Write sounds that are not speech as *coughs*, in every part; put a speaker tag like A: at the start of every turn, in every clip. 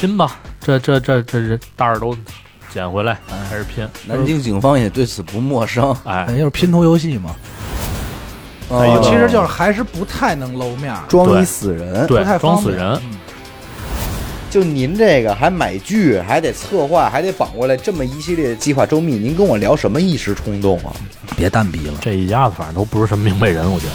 A: 拼吧，这这这这这袋儿都捡回来，
B: 哎
A: 开始拼。
C: 南京警方也对此不陌 *laughs* 生。
A: 哎，
B: 就是拼图游戏嘛，
A: 哎
C: 啊
A: 呦
B: 其实就是还是不太能露面儿，
C: 装
A: 对
C: 一死人，
B: 不太
A: 对，装
B: 方
A: 死
B: 便
A: 人，
B: 嗯
C: 就您这个还买剧，还得策划，还得绑过来，这么一系列的计划周密，您跟我聊什么一时冲动啊？
B: 别蛋逼了。
A: 这一家子反正都不是什么明白人，我觉得。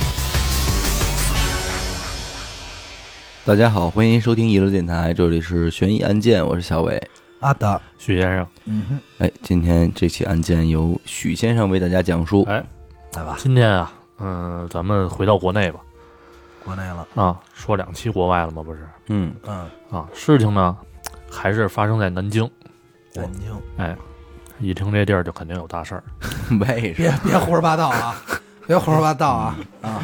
C: 大家好，欢迎收听娱乐电台，这里是悬疑案件，我是小伟。
B: 阿达，
A: 许先生，
B: 嗯哼，
C: 哎，今天这起案件由许先生为大家讲述。
A: 哎，
B: 来吧，
A: 今天啊，嗯、咱们回到国内吧。
B: 国内了，
A: 啊，说两期国外了吗？不是
C: 嗯，
B: 嗯，
A: 啊，事情呢还是发生在南京。
B: 南京，
A: 哎一听这地儿就肯定有大事儿。
C: *laughs* 为什
B: 别
C: 么？
B: 别胡说八道 *laughs* 啊，别胡说八道啊啊！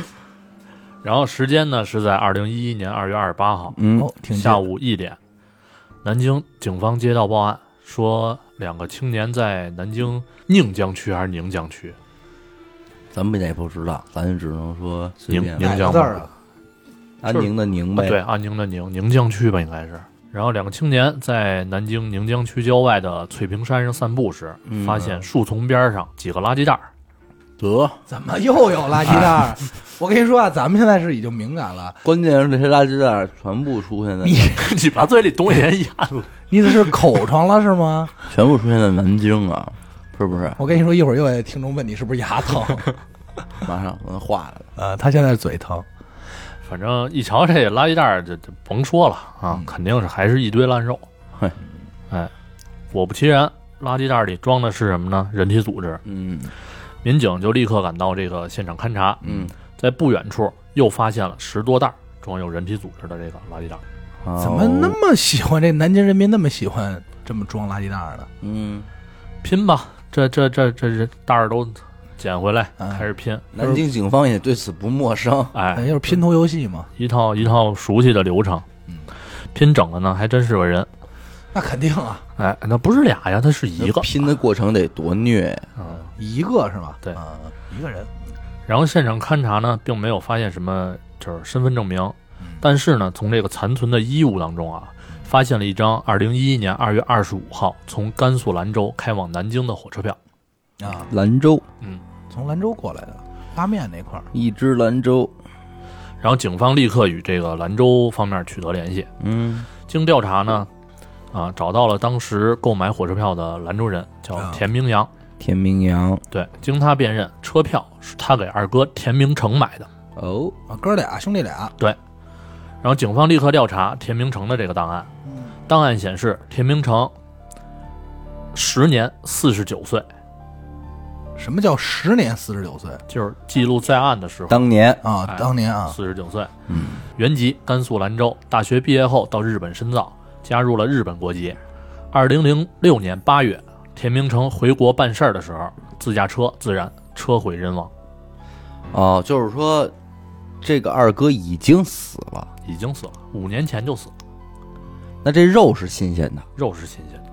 A: 然后时间呢是在二零一一年二月二十八号
C: 嗯，
B: 哦，挺
A: 下
B: 午
A: 午一点，南京警方接到报案，说两个青年在南京宁江区还是宁江区
C: 咱们也不知道，咱只能说随
A: 宁
C: 便
A: 宁江
B: 字儿啊，
C: 安宁的宁呗。
A: 对，，安宁的宁，宁江区吧，应该是。然后两个青年在南京宁江区郊外的翠屏山上散步时，
C: 嗯
A: 发现树丛边上几个垃圾袋 *laughs* 儿。
C: 得，
B: 怎么又有垃圾袋 *laughs* 儿？我跟你说啊，咱们现在是已经敏感了，
C: 关键是这些垃圾袋儿全部出现在，
B: 你
A: 你把嘴里东西咽了。
B: 你这是口疮了是吗？
C: 全部出现在南京啊，是不是？
B: 我跟你说，一会儿又有听众问你是不是牙 *laughs* 疼，
C: 马上我化了。
B: 呃，他现在是嘴疼，
A: *laughs* 反正一瞧这垃圾袋儿，这这甭说了啊，
B: 嗯
A: 肯定是还是一堆烂肉
C: 嘿。
A: 哎，果不其然，垃圾袋里装的是什么呢？人体组织。
C: 嗯
A: 民警就立刻赶到这个现场勘查，
C: 嗯，
A: 在不远处又发现了十多袋儿装有人体组织的这个垃圾袋儿。
C: 好
B: 怎么那么喜欢这南京人民那么喜欢这么装垃圾袋儿呢？
C: 嗯？
A: 拼吧，这这这这这袋儿都捡回来，
B: 嗯
A: 开始拼。
C: 南京警方也对此不陌生。
B: 哎，
A: 哎，
B: 就是拼图游戏嘛，
A: 一套一套熟悉的流程
B: 嗯，
A: 拼整了呢，还真是个人。
B: 那肯定啊，
A: 哎，那不是俩呀，它是一个。
C: 拼的过程得多虐呀，
A: 嗯
B: 一个是吧？
A: 对
B: 啊一个人，
A: 然后现场勘查呢，并没有发现什么就是身份证明
B: 嗯，
A: 但是呢，从这个残存的衣物当中啊，发现了一张2011年2月25号从甘肃兰州开往南京的火车票。
B: 啊，
C: 兰州
A: 嗯，
B: 从兰州过来的，拉面那块儿，
C: 一只兰州，
A: 然后警方立刻与这个兰州方面取得联系，
C: 嗯，
A: 经调查呢，啊，找到了当时购买火车票的兰州人，叫
B: 啊
A: 田明阳。
C: 田明阳
A: 对，经他辨认，车票是他给二哥田明成买的。
C: 哦，
B: 啊，哥俩兄弟俩，
A: 然后警方立刻调查田明成的这个档案，档案显示田明成时年四十九岁，
B: 什么叫十年四十九岁
A: 就是记录在案的时候
C: 当年
B: 啊
A: 哎？
B: 当年啊，
A: 四十九岁，
C: 嗯，
A: 原籍甘肃兰州，大学毕业后到日本深造，加入了日本国籍。二零零六年八月，田明成回国办事儿的时候，自驾车自燃，车毁人亡，
C: 哦，就是说这个二哥已经死了，
A: 已经死了，五年前就死了，
C: 那这肉是新鲜的，
A: 肉是新鲜的。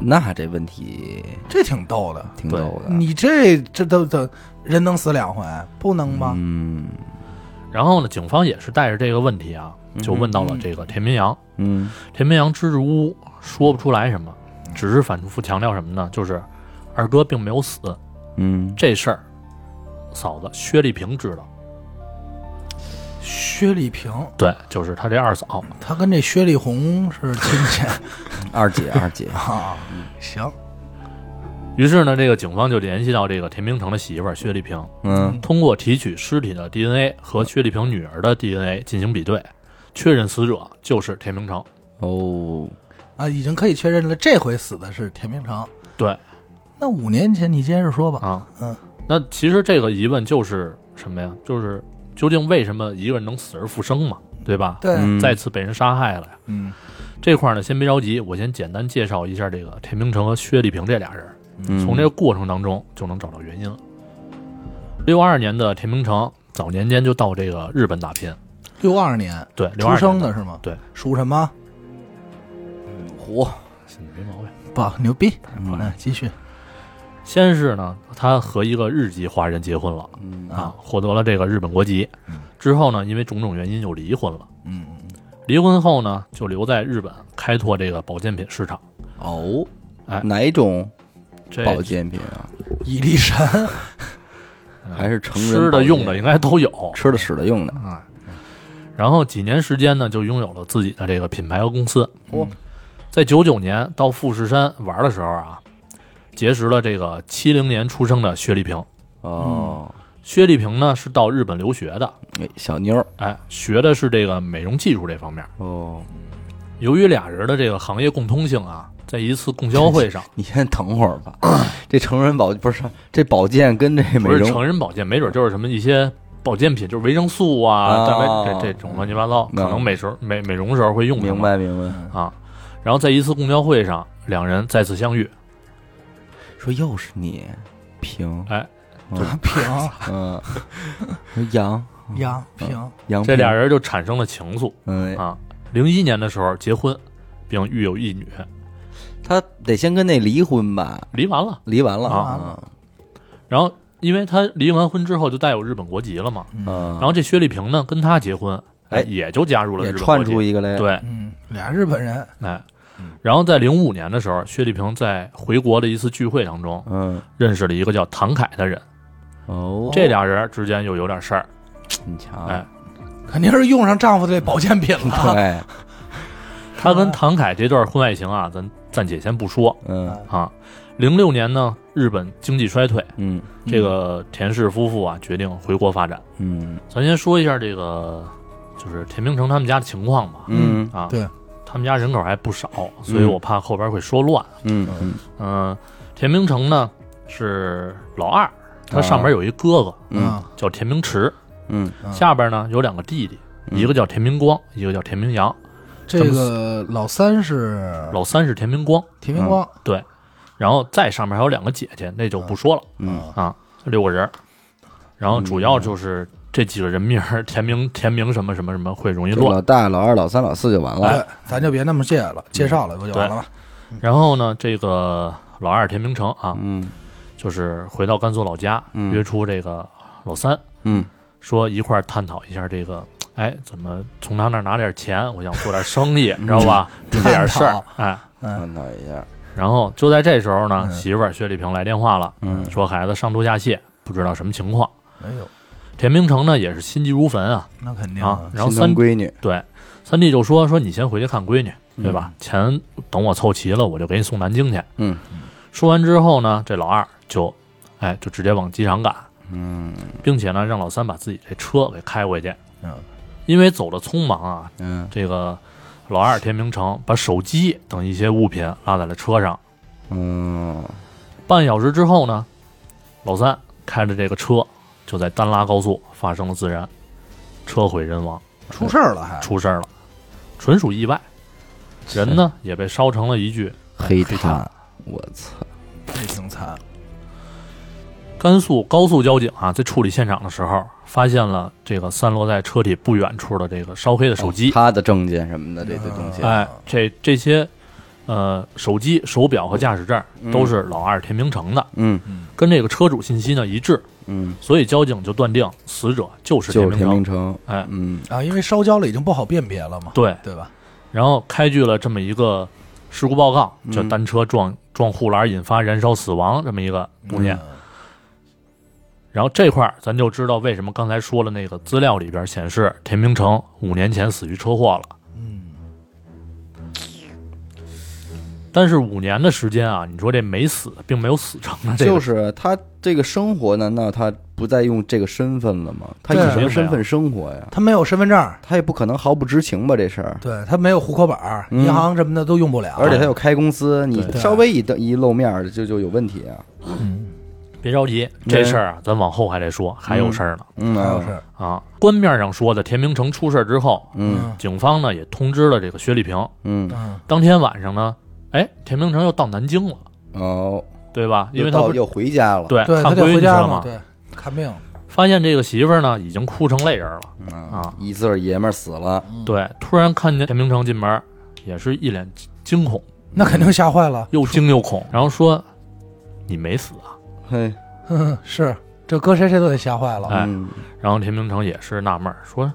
C: 那这问题
B: 这挺逗的。
C: 挺逗的。嗯
B: 你这这都都人能死两回，不能吗？
C: 嗯
A: 然后呢，警方也是带着这个问题啊，就问到了这个田明阳。
C: 嗯，
A: 田明阳支支吾吾说不出来什么，只是反复强调什么呢？就是二哥并没有死
C: 嗯，
A: 这事儿，嫂子薛丽萍知道。
B: 薛丽萍，
A: 对，就是他这二嫂。
B: 她跟这薛丽红是亲戚
A: *laughs*
C: 二姐二 *laughs* 姐
B: 啊。
A: 嗯
B: 行，
A: 于是呢，这个警方就联系到这个田明成的媳妇儿薛丽萍，
C: 嗯，
A: 通过提取尸体的 DNA 和薛丽萍女儿的 DNA 进行比对，确认死者就是田明成。
C: 哦，
B: 啊，已经可以确认了，这回死的是田明成。
A: 对
B: 那五年前，你接着说吧。
A: 啊，
B: 嗯，
A: 那其实这个疑问就是什么呀？就是究竟为什么一个人能死而复生嘛，对吧？
B: 对，
C: 嗯
A: 再次被人杀害了呀。
B: 嗯
A: 这块儿呢，先别着急，我先简单介绍一下这个田明成和薛丽萍这俩人。
C: 嗯
A: 从这个过程当中就能找到原因了。六二年的田明成早年间就到这个日本打拼，
B: 六二年
A: 对，六
B: 出
A: 二
B: 生
A: 的，
B: 的是吗？
A: 对，
B: 属什么？
C: 虎，
A: 没毛病。
B: 不牛逼。
C: 嗯
B: 嗯，继续。
A: 先是呢，他和一个日籍华人结婚了啊
C: 嗯
B: 啊
A: 啊，获得了这个日本国籍。之后呢，因为种种原因又离婚了。
B: 嗯，嗯
A: 离婚后呢，就留在日本开拓这个保健品市场。
C: 哦，
A: 哎
C: 哪一种
A: 这
C: 保健品啊？
B: 伊丽神，啊
C: 还是成人
A: 嗯吃的、
C: 保健
A: 用的应该都有。
C: 吃的、使的、用的。
A: 啊，然后几年时间呢，就拥有了自己的这个品牌和公司。
C: 哦
A: 在九九年到富士山玩的时候啊，结识了这个七零年出生的薛丽萍。
C: 哦，
A: 薛丽萍呢是到日本留学的，
C: 哎，小妞儿
A: 哎，学的是这个美容技术这方面。
C: 哦，
A: 由于俩人的这个行业共通性啊，在一次供销会上，
C: 你先等会儿
A: *coughs*
C: 吧。这成人保不是这保健跟这美
A: 不是成
C: 容
A: 人保健，没准就是什么一些保健品，就是维生素啊、
C: 啊
A: 蛋白这这种乱七八糟，
C: 嗯
A: 可能美时候美美容时候会用上
C: 明白明白。
A: 啊。然后在一次供销会上，两人再次相遇，
C: 说又是你，
A: *laughs*
C: 平
A: 哎，
C: 嗯
B: 平
C: 嗯，说杨
B: 杨平，
C: 杨
A: 这
C: 平
A: 俩人就产生了情愫
C: 嗯，
A: 啊。零一年的时候结婚，并育有一女，
C: 他得先跟那离婚吧，
A: 离完了。
C: 离完了
B: 啊
A: 然后因为他离完婚之后就带有日本国籍了嘛，
C: 嗯，
A: 然后这薛丽萍呢跟他结婚，
C: 哎
A: 也就加入了
C: 也
A: 日本
C: 串
A: 国籍，
C: 出一个来，，
A: 对，
B: 嗯，俩日本人，
A: 哎，然后在零五年的时候，薛丽萍在回国的一次聚会当中
C: 嗯，
A: 认识了一个叫唐凯的人，
C: 哦，啊
A: 这俩人之间又有点事儿，
C: 你瞧，
A: 哎，
B: 肯定是用上丈夫的保健品了。
C: 对，
A: *laughs* 他跟唐凯这段婚外情啊，咱暂且先不说
C: 嗯
A: 啊。零六年呢，日本经济衰退，
C: 嗯
A: 这个田氏夫妇啊决定回国发展。
C: 嗯
A: 咱先说一下这个，就是田明成他们家的情况吧。
C: 嗯
A: 啊，
B: 对，
A: 他们家人口还不少，所以我怕后边会说乱。
C: 嗯嗯
A: 嗯、田明成呢是老
C: 啊
A: 二，他上边有一哥哥、
C: 嗯
B: 啊，
A: 叫田明池，
C: 嗯，
B: 嗯
A: 下边呢有两个弟弟，
C: 嗯
A: 一个叫田明光，一个叫田明阳。
B: 这个老三是
C: 嗯
A: 老三是田明光，
B: 田明光，
A: 对，然后再上面还有两个姐姐，那就不说了、
C: 嗯
A: 啊，这六个人儿。然后主要就是这几个人名儿，田明、田明什么什么什么会容易
C: 就
A: 乱。哎
C: 老大、老二、老三、老四就完了，
B: 对，咱就别那么介了，
A: 嗯
B: 介绍了不就完了吗？
A: 然后呢，这个老二田明成啊，
C: 嗯
A: 就是回到甘肃老家，
C: 嗯
A: 约出这个老三，
C: 嗯
A: 说一块儿探讨一下这个，哎，怎么从他那儿拿点钱？我想做点生意，你知道吧？
B: 探
A: 这点事儿
B: 讨，
A: 哎。
B: 嗯，
C: 探讨一下，
A: 然后就在这时候呢，
B: 嗯
A: 媳妇儿薛丽萍来电话了，
C: 嗯
A: 说孩子上吐下泻，不知道什么情况。
B: 哎呦，
A: 田明成呢也是心急如焚啊
B: 那肯定
A: 啊，然后
C: 心疼
A: 三
C: 闺女，
A: 对三弟就说说你先回去看闺女，对吧？钱等我凑齐了，我就给你送南京去。
C: 嗯
A: 说完之后呢，这老二就哎就直接往机场赶，
C: 嗯
A: 并且呢让老三把自己这车给开回去，
B: 嗯
A: 因为走的匆忙啊，
C: 嗯
A: 这个老二田明成把手机等一些物品落在了车上。
C: 嗯，
A: 半小时之后呢，老三开着这个车就在丹拉高速发生了自燃，车毁人亡，
B: 出事儿了还
A: 出事儿了，纯属意外。人呢也被烧成了一具
C: 黑
A: 黑
C: 炭，我操，
B: 这挺惨，
A: 甘肃高速交警啊，在处理现场的时候，发现了这个散落在车体不远处的这个烧黑的手机。
C: 他的证件什么的这些东西，
A: 哎，这这些，呃，手机、手表和驾驶证都是老二田明成的，
C: 嗯
A: 跟这个车主信息呢一致，
C: 嗯，
A: 所以交警就断定死者就是田
C: 就是
A: 明
C: 田明
A: 成。
C: 成，
A: 哎，
C: 嗯
B: 啊，因为烧焦了已经不好辨别了嘛，
A: 对，
B: 对吧？
A: 然后开具了这么一个事故报告，
C: 嗯
A: 叫单车撞撞护栏引发燃烧死亡这么一个东
C: 嗯
A: 西。
B: 嗯
A: 然后这块儿咱就知道为什么刚才说了那个资料里边显示田明成五年前死于车祸了。
B: 嗯，
A: 但是五年的时间啊，你说这没死，并没有死成啊，这个
C: 就是他这个生活，难道他不再用这个身份了吗？他以
A: 啊
B: 对
C: 什么身份生活呀？
B: 他没有身份证，
C: 他也不可能毫不知情吧这事
A: 啊
C: 儿，
B: 对他没有户口本儿，
C: 嗯
B: 银行什么的都用不了，
C: 而且他又开公司，你
B: 对
C: 稍微一登一露面儿就就有问题啊。
A: 别着急，这事儿啊，咱往后还得说，还有事儿呢、
C: 嗯，
B: 还有
C: 啊
B: 是，
A: 啊。官面上说的田明成出事儿之后，
C: 嗯
A: 警方呢也通知了这个薛丽萍。
C: 嗯，
B: 嗯，
A: 当天晚上呢，哎，田明成又到南京了，
C: 哦，
A: 对吧？嗯因为
C: 又
A: 他
C: 到
A: 不是
C: 又回家了，
A: 对
B: 对
A: 哎看
B: 他得
A: 闺女
B: 回
A: 去
B: 家
A: 了
B: 嘛，
A: 嘛，
B: 对，看病，
A: 发现这个媳妇儿呢已经哭成泪人了。啊
C: 啊，一字儿爷们儿死了，
A: 对，突然看见田明成进门，也是一脸惊恐，
B: 那肯定吓坏了，
A: 又惊又恐，然后说：“你没死啊
C: 嘿，
B: *laughs* 哼哼，是这搁谁谁都得吓坏了，
A: 哎
C: 嗯？”
A: 然后田明成也是纳闷儿，说：“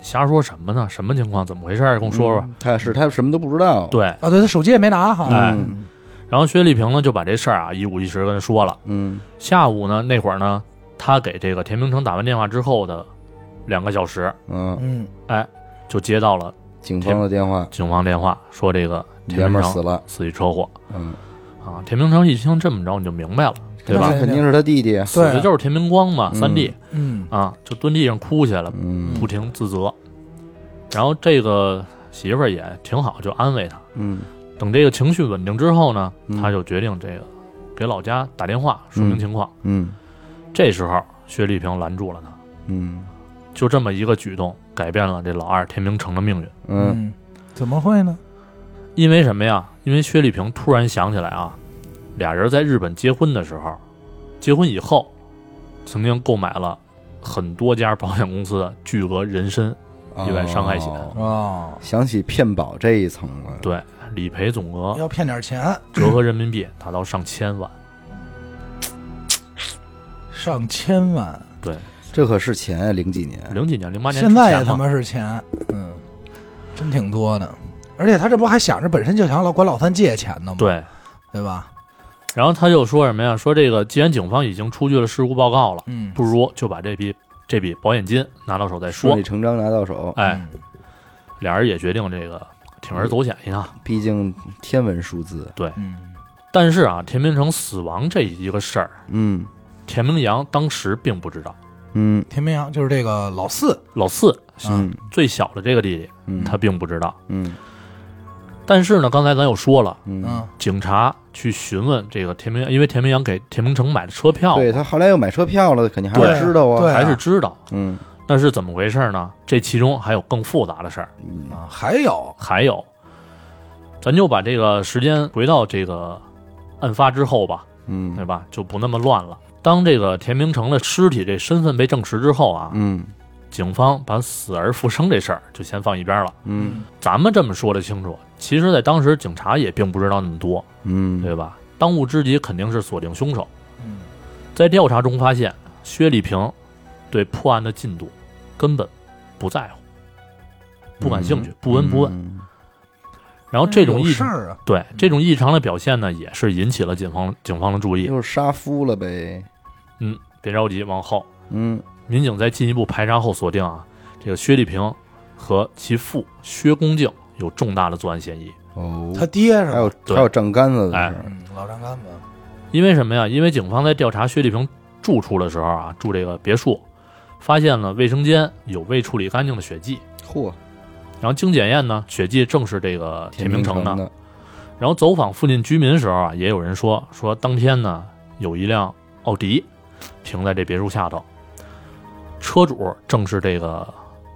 A: 瞎说什么呢？什么情况？怎么回事儿？跟我说说。
C: 嗯他是他什么都不知道，
A: 对，
B: 啊，对他手机也没拿哈，
A: 哎
C: 嗯
A: 然后薛丽萍呢就把这事儿啊一五一十跟他说了。
C: 嗯
A: 下午呢那会儿呢，他给这个田明成打完电话之后的两个小时，
C: 嗯，
B: 嗯，
A: 就接到了
C: 警方的电话，
A: 警方电话，说这个
C: 爷
A: 田明
C: 们儿死
A: 成
C: 了，
A: 死于车祸
C: 嗯，
A: 啊。田明成一听这么着，你就明白了，对吧
C: 那？肯定是他弟弟，啊
A: 死的
B: 对
A: 就是田明光嘛，三弟
B: 嗯
A: 啊，就蹲地上哭起来了，
C: 嗯
A: 不停自责。然后这个媳妇儿也挺好，就安慰他。
C: 嗯
A: 等这个情绪稳定之后呢，
C: 嗯
A: 他就决定这个给老家打电话说明情况。
C: 嗯
A: 这时候薛丽萍拦住了他，
C: 嗯
A: 就这么一个举动改变了这老二田明成的命运。
C: 嗯，
B: 怎么会呢？
A: 因为什么呀？因为薛丽萍突然想起来啊，俩人在日本结婚的时候，结婚以后曾经购买了很多家保险公司的巨额人身嗯意外伤害险
C: 哦
B: 哦，
C: 想起骗保这一层了，
A: 对理赔总额
B: 要骗点钱，
A: 折合人民币达到上千万。
B: 上千万，
A: 对，
C: 这可是前啊零几年，
A: 零几年、零八年
B: 现在
A: 之
B: 也
A: 前
B: 他
A: 嘛
B: 妈是钱，嗯，真挺多的。而且他这不还想着本身就想老管老三借钱呢吗？
A: 对。
B: 对吧？
A: 然后他就说什么呀？说这个既然警方已经出具了事故报告了，
B: 嗯，
A: 不如就把这笔这笔保险金拿到手再
C: 顺
A: 说
C: 理。成章拿到手，
A: 哎，
B: 嗯
A: 俩人也决定这个铤而走险一下。
C: 毕竟天文数字，
B: 嗯，
A: 但是啊，田明成死亡这一个事儿，
C: 嗯
A: 田明阳当时并不知道。
C: 嗯
B: 田明阳就是这个老四，
A: 老四
C: 嗯
A: 最小的这个弟弟，啊
C: 嗯，
A: 他并不知道。
C: 嗯
A: 但是呢，刚才咱又说了，
C: 嗯，
B: 嗯，
A: 警察去询问这个田明，因为田明阳给田明成买的车票，
C: 对他后来又买车票了，肯定还
B: 对
C: 是知道啊，
B: 对啊
A: 还是知道。
C: 嗯
A: 那是怎么回事呢？这其中还有更复杂的事儿。
C: 嗯
B: 啊，还有，
A: 还有，咱就把这个时间回到这个案发之后吧，对
C: 嗯
A: 吧？就不那么乱了。当这个田明成的尸体这身份被证实之后啊，
C: 嗯
A: 警方把死而复生这事儿就先放一边了。
C: 嗯
A: 咱们这么说的清楚，其实，在当时警察也并不知道那么多，
C: 嗯，
A: 对吧？当务之急肯定是锁定凶手。
B: 嗯，
A: 在调查中发现，薛丽萍对破案的进度根本不在乎，不感兴趣，
C: 嗯
A: 不闻不问。
C: 问，
A: 然后这种
B: 有
A: 异
B: 事
A: 常，
B: 儿啊，
A: 对这种异常的表现呢，也是引起了警方警方的注意。
C: 又是杀夫了呗，
A: 嗯，别着急，往后
C: 嗯
A: 民警在进一步排查后锁定啊，这个薛丽萍和其父薛公敬有重大的作案嫌疑。
C: 哦，
B: 他爹是吧
C: 还有
A: 对
C: 还有站杆子的事儿，
B: 嗯，老丈杆子，
A: 因为什么呀？因为警方在调查薛丽萍住处的时候啊，住这个别墅，发现了卫生间有未处理干净的血迹，
C: 嚯，
A: 然后经检验呢，血迹正是这个田明成的。
C: 的，
A: 然后走访附近居民的时候啊，也有人说说当天呢有一辆奥迪停在这别墅下头，车主正是这个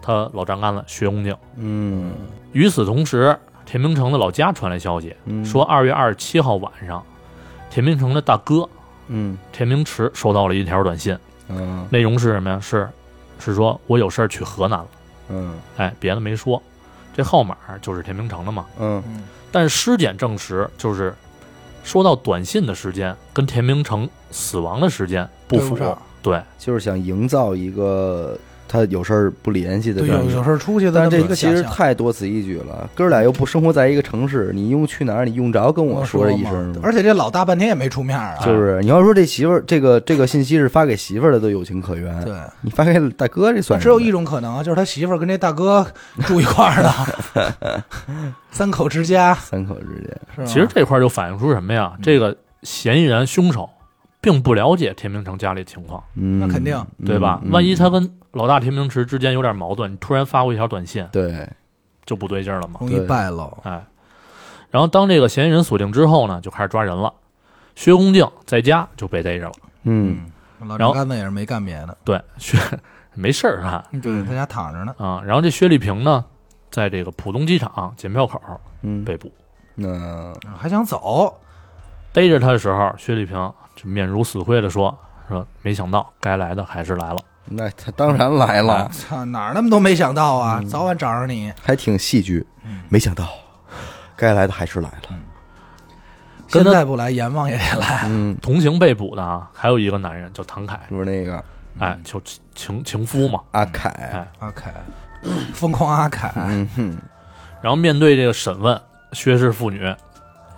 A: 他老丈杆子薛公敬。
C: 嗯
A: 与此同时，田明成的老家传来消息，
C: 嗯，
A: 说二月二十七号晚上，田明成的大哥
C: 嗯
A: 田明池收到了一条短信，
C: 嗯
A: 内容是什么呀？是是说我有事儿去河南了，
C: 嗯
A: 哎，别的没说。这号码就是田明成的嘛。
C: 嗯
B: 嗯，
A: 但是尸检证实，就是收到短信的时间跟田明成死亡的时间不符
B: 对不上。
A: 对，
C: 就是想营造一个他有事儿不联系的
B: 对，
C: 感
B: 有
C: 觉。
B: 有事儿出去
C: 但
B: 的
C: 是这
B: 这么一个
C: 其
B: 假
C: 实
B: 象，
C: 太多此一举了，哥俩又不生活在一个城市，你用去哪儿？你用着跟我说这一声
B: 嘛
C: 吗？
B: 而且这老大半天也没出面儿啊，
C: 就是你要说这媳妇儿，这个这个信息是发给媳妇儿的，都有情可原。
B: 对。
C: 你发给大哥这哎算
B: 只有一种可能啊，就是他媳妇儿跟这大哥住一块儿
C: *laughs*
B: 的，三口之家
C: 三口之间，
B: 是吧？
A: 其实这块儿就反映出什么
C: 嗯
A: 呀？这个嫌疑人凶手并不了解田明成家里情况，
C: 嗯，
B: 那肯定
C: 嗯
A: 对吧？
C: 嗯
A: 万一他跟老大田明池之间有点矛盾，你突然发过一条短信，
C: 对，
A: 就不对劲儿了嘛。
B: 容易
C: 对
B: 败露，
A: 哎，然后当这个嫌疑人锁定之后呢，就开始抓人了。薛公敬在家就被逮着了，
C: 嗯，
B: 老
A: 然
B: 丈
A: 后
B: 杆子也是没干别的，
A: 对，薛没事儿啊
C: 嗯
B: 对，在家躺着呢。
A: 啊。然后这薛丽萍呢，在这个浦东机场检票口
C: 嗯，
A: 被捕，
C: 那
B: 还想走，
A: 逮着他的时候，薛丽萍就面如死灰的说：“说没想到该来的还是来了。
C: 那他当然来了，
B: 操，哪儿那么多没想到啊！
C: 嗯
B: 早晚找着你，
C: 还挺戏剧，没想到该来的还是来了，
A: 跟
B: 现
A: 他
B: 在不来，阎王也得来。
C: 嗯，”
A: 同行被捕的啊，还有一个男人叫唐凯，
C: 就
B: 嗯
C: 是那个
A: 哎，就情情夫嘛，
C: 阿凯，
A: 哎
B: 阿凯，疯狂阿凯，
C: 嗯哼，
A: 然后面对这个审问，薛氏父女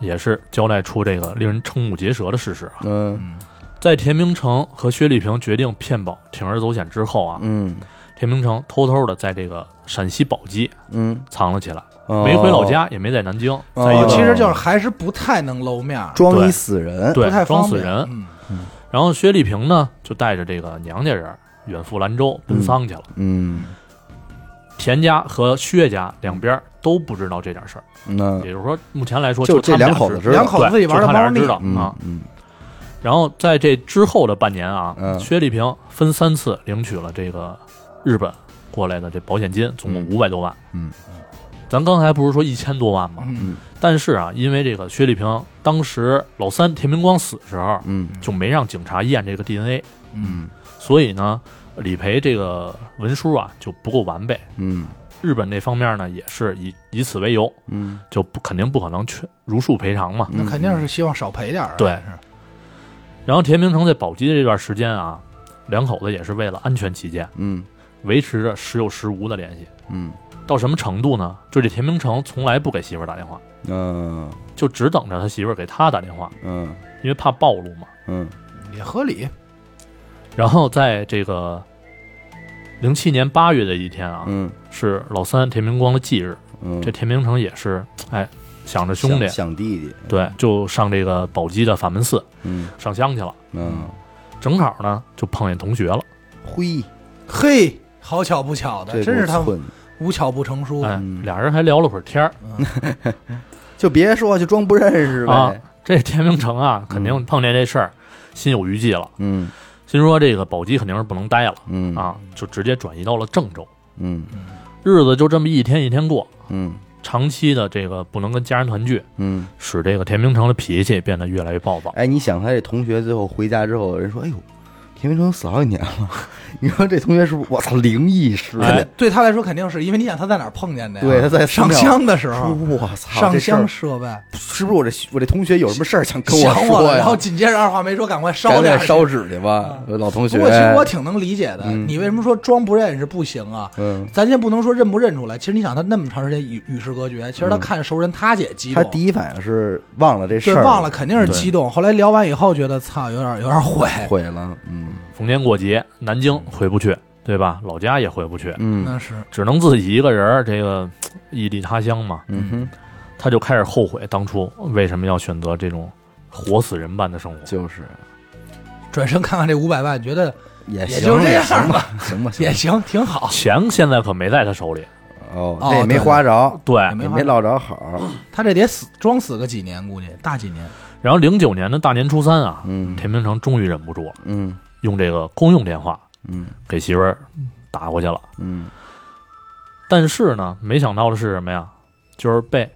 A: 也是交代出这个令人瞠目结舌的事实啊。
C: 嗯
A: 在田明成和薛丽萍决定骗保铤而走险之后啊，
C: 嗯
A: 田明成偷偷的在这个陕西宝鸡
C: 嗯，
A: 藏了起来，
C: 哦
A: 没回老，家，也没在南京，在一
B: 哦
A: 个
B: 其实就是还是不太能露面儿，
C: 装一
A: 对
C: 死人，
A: 对
B: 不太
A: 装
B: 方
A: 死
B: 便。
A: 人。
B: 嗯，
A: 然后薛丽萍呢，就带着这个娘家人远赴兰州奔丧去了。
C: 嗯，
A: 田家和薛家两边都不知道这点事儿，
C: 那
A: 也就是说，目前来说
C: 嗯就
A: 他
C: 这
A: 们
C: 两
A: 俩
C: 口子
A: 知
C: 知道
B: 两口子自己玩
A: 对
B: 的
A: 就他
B: 猫
A: 俩人
B: 腻
A: 知道
C: 嗯
A: 啊。
C: 嗯
A: 然后在这之后的半年啊，
C: 嗯
A: 薛丽萍分三次领取了这个日本过来的这保险金，总共
C: 嗯
A: 五百多万。
C: 嗯，
A: 咱刚才不是说一千多万吗？
B: 嗯
A: 但是啊，因为这个薛丽萍当时老三田明光死时候
C: 嗯
A: 就没让警察验这个 DNA，
B: 嗯
A: 所以呢，理赔这个文书啊就不够完备。
C: 嗯
A: 日本这方面呢，也是以以此为由，
C: 嗯
A: 就不肯定不可能全如数赔偿嘛。
B: 那肯定是希望少赔点儿啊。
A: 对
B: 还是，
A: 然后田明成在宝鸡的这段时间啊，两口子也是为了安全起见，
C: 嗯
A: 维持着时有时无的联系。
C: 嗯
A: 到什么程度呢？就这田明成从来不给媳妇儿打电话，
C: 嗯
A: 就只等着他媳妇儿给他打电话，
C: 嗯
A: 因为怕暴露嘛。
C: 嗯
B: 也合理。
A: 然后在这个零七年八月的一天啊，
C: 嗯
A: 是老三田明光的忌日，
C: 嗯，
A: 这田明成也是哎想着兄弟，
C: 想弟弟，
A: 对，就上这个宝鸡的法门寺
C: 嗯
A: 上香去了。
C: 嗯，
A: 正好呢，就碰见同学了。
C: 灰，
B: 嘿，好巧不巧的，
C: 这
B: 真
C: 不
B: 是他
C: 寸
B: 无巧不成书。
A: 哎
C: 嗯，
A: 俩人还聊了会儿天儿
C: 就别说，就装不认识
A: 啊
C: 呗。。
A: 这田明成啊，肯定碰见这事儿，心有余悸了，
C: 嗯
A: 心说这个宝鸡肯定是不能待了
C: 嗯
A: 啊，就直接转移到了郑州。
C: 嗯
A: 日子就这么一天一天过，
C: 嗯
A: 长期的这个不能跟家人团聚，
C: 嗯。
A: 使这个田明成的脾气变得越来越暴躁。
C: 哎，你想他这同学最后回家之后，人说：“哎呦，田明成死好几年了。” *laughs* 你说这同学是不是？我操，灵异事
A: 哎
C: 件！
B: 对他来说肯定是因为你想他在哪儿碰见的呀？
C: 对，他在
B: 哎上香的时候，
C: 我操，
B: 上
C: 这事儿
B: 香设拜，
C: 是不是我这我这同学有什么事儿想跟
B: 想
C: 说
B: 了，
C: 呀？
B: 然后紧接着二话没说，赶快烧
C: 赶
B: 点
C: 紧
B: 儿去。
C: 烧纸去吧，老同学。
B: 嗯不过其实我挺能理解的，
C: 嗯
B: 你为什么说装不认识不行啊？
C: 嗯，
B: 咱先不能说认不认出来，其实你想他那么长时间与与世隔绝，其实他看熟人他姐激动，
C: 嗯他第一反应是忘了这事
B: 对
C: 儿，
B: 忘了肯定是激动。后来聊完以后觉得操，有点
C: *laughs*
B: 有点悔，
C: 毁了。嗯
A: 逢年过节，南京回不去，对吧？老家也回不去，
C: 嗯
B: 那是
A: 只能自己一个人儿，这个嘖异地他乡嘛。
C: 嗯哼，
A: 他就开始后悔当初为什么要选择这种活死人般的生活。
C: 就是
B: 转身看看这五百万，觉得
C: 也
B: 也
C: 行，
B: 就这
C: 也
B: 样
C: 行
B: 吧
C: 吧，行吧，行
B: 也
C: 吧。
B: 行，挺好。
A: 钱现在可没在他手里，
C: 哦，
B: 哦
C: 这也没花着，
A: 对。
B: 也
C: 也
B: 没花
C: 没落着好。 *clears throat*
B: 他这得死装死个几年，估计大几年。
A: 然后零九年的大年初三啊，
C: 嗯
A: 田明成终于忍不住了，
C: 嗯
A: 用这个公用电话
C: 嗯
A: 给媳妇儿打过去了。
C: 嗯，
A: 但是呢，没想到的是什么呀？就是被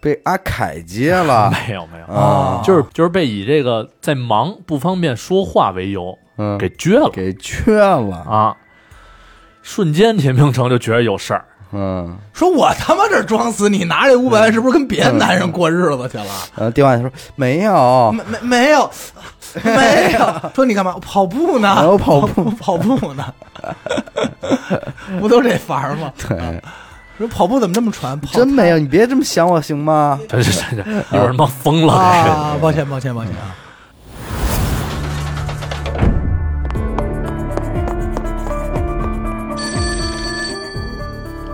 C: 被阿凯接了
A: 没有没有，
C: 啊，
A: 就是就是被以这个在忙不方便说话为由
C: 嗯
A: 给撅了
C: 给劝了。
A: 啊！瞬间，田明成就觉得有事儿，
C: 嗯，
B: 说我他妈这装死，你拿这五百万是不是跟别的男人过日子去了？
C: 然后电话里说没有，
B: 没没没有，没有。说你干嘛？我跑步呢？
C: 还有跑
B: 我
C: 步。
B: 跑步呢， *laughs* 不都这法儿吗？啊
C: 对，
B: 说跑步怎么这么传？跑
C: *laughs* 真没有，你别这么想我行吗？
A: *laughs* 这这这这一会儿他妈疯了，这是
B: 啊！抱歉，抱歉，抱歉
C: *laughs*
B: 啊！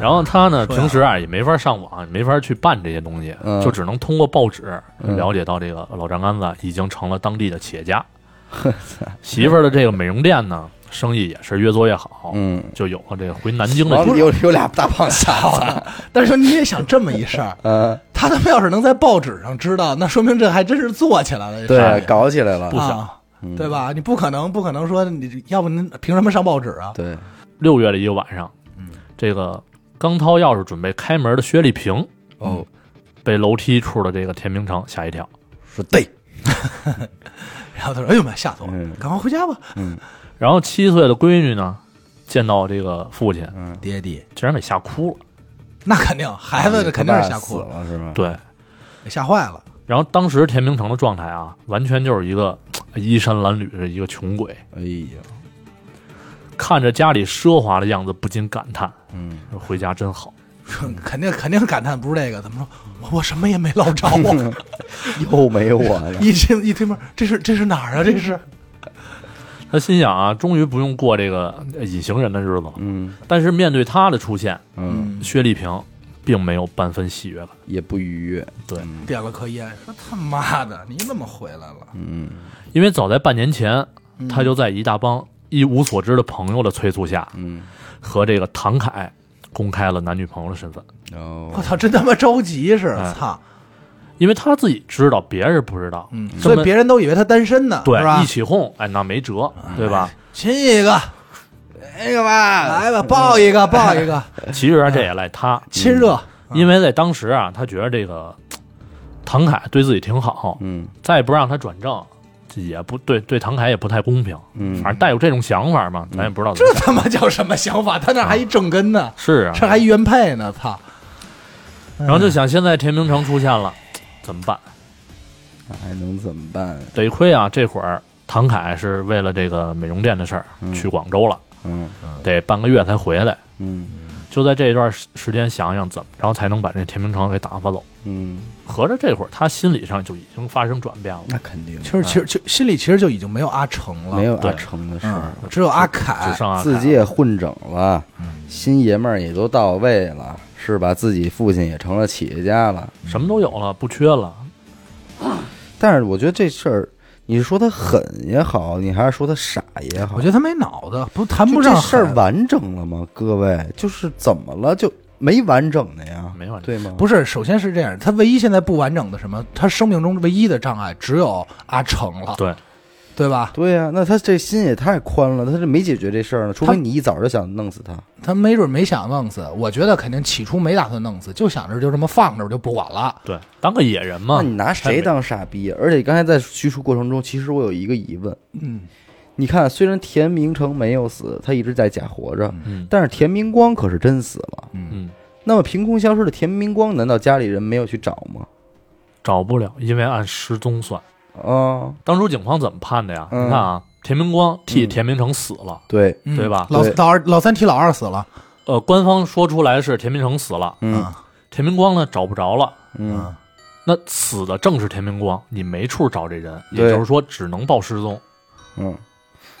A: 然后他呢，
B: 说呀
A: 平时啊也没法上网，也没法去办这些东西，
C: 嗯
A: 就只能通过报纸了解到这个老张杆子已经成了当地的企业家。媳妇儿的这个美容店呢，生意也是越做越好，
C: 嗯，
A: 就有了这个回南京的
C: 然后
A: 机会。
C: 嗯有有俩大胖 *laughs* 小子，
B: 但是说你也想这么一事儿，
C: 嗯，
B: 他他妈要是能在报纸上知道，那说明这还真是做起来了。这事儿
C: 对，搞起来了
A: 不，小嗯
B: 啊对吧？你不可能，不可能说你，要不您凭什么上报纸啊？
C: 对，
A: 六月的一个晚上，这个刚掏钥匙准备开门的薛丽萍嗯
B: 哦，
A: 被楼梯处的这个田明成吓一跳，
C: 说对，
B: *laughs* 然后他说：“哎呦妈，吓死我了
C: 嗯！
B: 赶快回家吧，
A: 然后七岁的闺女呢，见到这个父亲，
B: 爹地。
A: 竟然给吓哭了。”
B: 那肯定，孩子这肯定是吓哭
C: 死
B: 了，
C: 了是吧？
A: 对，嗯
B: 给吓坏了。
A: 然后当时田明成的状态啊，完全就是一个衣衫褴褛的一个穷鬼，
C: 哎呀，
A: 看着家里奢华的样子，不禁感叹：
C: 嗯，
A: 说回家真好。
B: 说肯定肯定感叹不是这个，怎么说？我我什么也没
A: *laughs*
B: 捞着啊！
C: 又没有我了，
B: *laughs* 一进一推门，这是这是哪儿啊？这是
A: 他心想啊，终于不用过这个呃隐形人的日子了。
C: 嗯
A: 但是面对他的出现，
C: 嗯，
A: 薛丽萍并没有半分喜悦感。
C: 也不愉悦，
A: 对，
B: 点了颗烟，说他妈的，你怎么回来了？
C: 嗯
A: 因为早在半年前，他就在一大帮一无所知的朋友的催促下，
C: 嗯，
A: 和这个唐凯公开了男女朋友的身份。
C: 然后
B: 我操，真他妈着急是，
A: 哎
B: 操！
A: 因为他自己知道，别人不知道，
B: 嗯，
A: 根
B: 所
A: 本
B: 以别人都以为他单身呢，是
A: 对
B: 吧
A: 一？起哄，哎，那没辙，对吧？
B: 亲一个，
A: 哎
C: 那个吧，
B: 来吧，抱一个， *laughs* 抱一个，
A: 其实啊，这也赖他，
B: 亲热。
A: 因为在当时啊，他觉得这个唐凯对自己挺好，
C: 嗯
A: 再不让他转正，这也不对，对唐凯也不太公平。
C: 嗯
A: 反正带有这种想法嘛，咱也不知道怎
B: 这
A: 么想。
B: 他妈叫什么想法？他那还一正根呢，
A: 是啊，
B: 这还一原配呢，操！
A: 然后就想现在田明成出现了，怎么办？
C: 还能怎么办？
A: 得亏啊，这会儿唐凯是为了这个美容店的事儿去广州了，
C: 嗯
A: 得半个月才回来。
C: 嗯
A: 就在这一段时时间，想想怎么着才能把这田明成给打发走。
C: 嗯，
A: 合着这会儿他心理上就已经发生转变了。
C: 那肯定，
B: 其实其实其实心里其实就已经没有阿成了，
C: 没有阿
A: 对
C: 成的事
B: 嗯
C: 儿，，
B: 只有阿凯
A: 只。剩啊，
C: 自己也混整了，新爷们儿也都到位了，是吧？自己父亲也成了企业家了，
A: 什么都有了，不缺了。
C: 但是我觉得这事儿，你说他狠也好，你还是说他傻也好，
B: 我觉得他没脑子，不谈
C: 就
B: 不上
C: 这事儿
B: 狠
C: 完整了吗？各位，就是怎么了？就没完整的呀，
A: 没完整
C: 对吗？
B: 不是，首先是这样，他唯一现在不完整的什么，他生命中唯一的障碍只有阿成
C: 啊
B: 了，
A: 对，
B: 对吧？
C: 对呀、那他这心也太宽了，他这没解决这事儿呢，除非你一早就想弄死他。
B: 他没准没想弄死，我觉得肯定起初没打算弄死，就想着就这么放着，我就不管了。
A: 对，当个野人嘛
C: 那你。拿谁当傻逼呀、而且刚才在叙述过程中，其实我有一个疑问，
B: 嗯，
C: 你看，虽然田明成没有死，他一直在假活着，
A: 嗯
C: 但是田明光可是真死了。
A: 嗯，
C: 那么凭空消失的田明光，难道家里人没有去找吗？
A: 找不了，因为按失踪算。
C: 啊、
A: 当初警方怎么判的呀？
C: 嗯
A: 你看啊，田明光替田明成死了，
C: 对，
B: 嗯
A: 对吧
B: 老
C: 对
B: 老二老三提老二死了，
A: 呃，官方说出来是田明成死了，
C: 嗯
B: 啊
A: 田明光呢找不着了。
C: 嗯，
A: 那死的正是田明光，你没处找这人，也
C: 对
A: 就是说只能报失踪。
C: 嗯，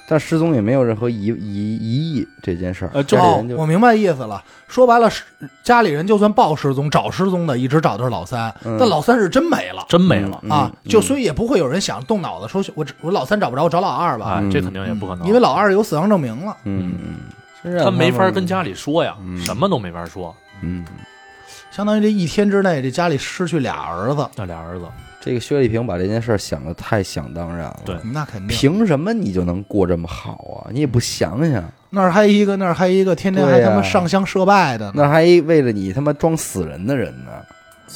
C: 但失踪也没有任何疑疑疑义这件事儿，
A: 呃
C: 这
A: 就
C: 里
B: 哦
C: 人，
B: 我
C: 就
B: 明白意思了。说白了，是家里人就算报失踪、找失踪的，一直找的是老三，
C: 嗯
B: 但老三是真没了。
A: 真没了
C: 嗯
B: 啊，就所以也不会有人想动脑子说，我只我老三找不着，我找老二吧，
A: 哎，
C: 嗯
A: 这肯定也不可能，
B: 因为老二有死亡证明了。
C: 嗯嗯，真让
A: 他没法
C: 们
A: 跟家里说呀，什么都没法说。
C: 嗯，
B: 相当于这一天之内，这家里失去俩儿子，
A: 那俩儿子，
C: 这个薛丽萍把这件事儿想的太想当然了，
A: 对
B: 那肯定。
C: 凭什么你就能过这么好啊？你也不想想，
B: 那儿还一个，那儿还一个，天天还
C: 对呀啊
B: 他妈上香设拜的呢。
C: 那还为了你他妈装死人的人呢，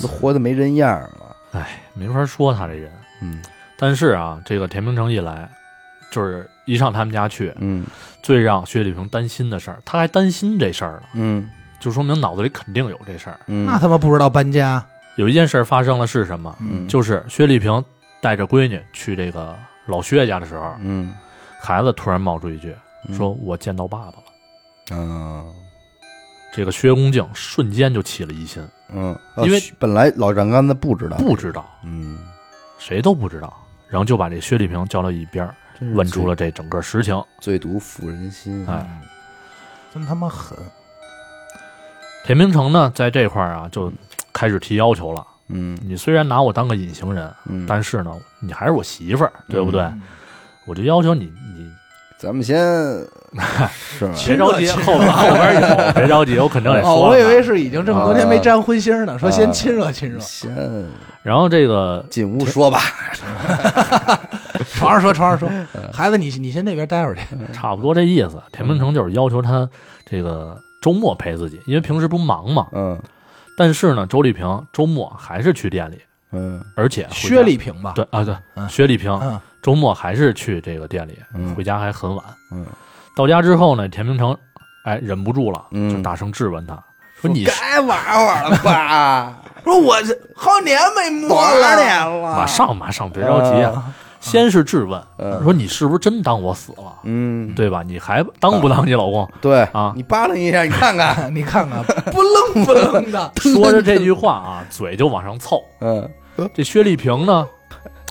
C: 都活得没人样儿了，
A: 哎，没法说他这人。
C: 嗯
A: 但是啊，这个田明成一来，就是一上他们家去，
C: 嗯
A: 最让薛丽萍担心的事儿，他还担心这事儿呢，
C: 嗯
A: 就说明脑子里肯定有这事儿。
C: 嗯，
B: 那他妈不知道搬家，
A: 有一件事儿发生了是什么？
C: 嗯
A: 就是薛丽萍带着闺女去这个老薛家的时候，
C: 嗯
A: 孩子突然冒出一句
C: 嗯
A: 说：“我见到爸爸了。
C: 啊。”
A: 这个薛公敬瞬间就起了疑心，
C: 嗯，
A: 因为
C: 哦本来老丈杆子不知道，
A: 不知道，
C: 嗯，
A: 谁都不知道，然后就把这薛丽萍叫到一边儿，
C: 真是
A: 问出了这整个实情。
C: 最毒妇人心，啊
A: 哎，
B: 真他妈狠！
A: 田明成呢，在这块儿啊，就开始提要求了。
C: 嗯
A: 你虽然拿我当个隐形人，
C: 嗯，
A: 哎但是呢，你还是我媳妇儿，对不对？
B: 嗯
A: 我就要求你，你
C: 咱
B: *laughs*
C: 们先是吧？
A: 别着急，后边后边有，别着急，我肯定得
B: 哦，
A: 说
B: 我以
A: 了。啊
B: 为是已经这么多年没沾荤腥呢，说先亲热亲热，
C: 先
A: 然后这个
C: 进屋说吧。
B: 床上说床上说，孩子你你先那边待会儿去，
A: 差不多这意思，田明成就是要求他这个周末陪自己，因为平时不忙嘛。
C: 嗯
A: 但是呢，周丽萍周末还是去店里，
C: 嗯
A: 而且回家
B: 薛丽萍吧，
A: 对啊对，
B: 嗯
A: 薛丽萍
B: 嗯，
A: 周末还是去这个店里，
C: 嗯
A: 回家还很晚。
C: 嗯，
A: 到家之后呢，田明成哎忍不住了，
C: 嗯
A: 就大声质问他说：“你是
C: 该玩玩了吧？
B: *laughs* 说我这好几年没摸
C: 多少年
B: 了，
C: 了？
A: 马上马上别着急啊！
B: 嗯
A: 先是质问
C: 嗯
A: 说你是不是真当我死了，
C: 嗯，
A: 对吧？你还当不当你老公？”
C: 对
A: 啊，
C: 你扒拉一下，你看看。
B: 哎你看看不愣不愣的 *laughs*
A: 说着这句话啊，嘴就往上凑。
C: *laughs* 嗯
A: 这薛丽萍呢，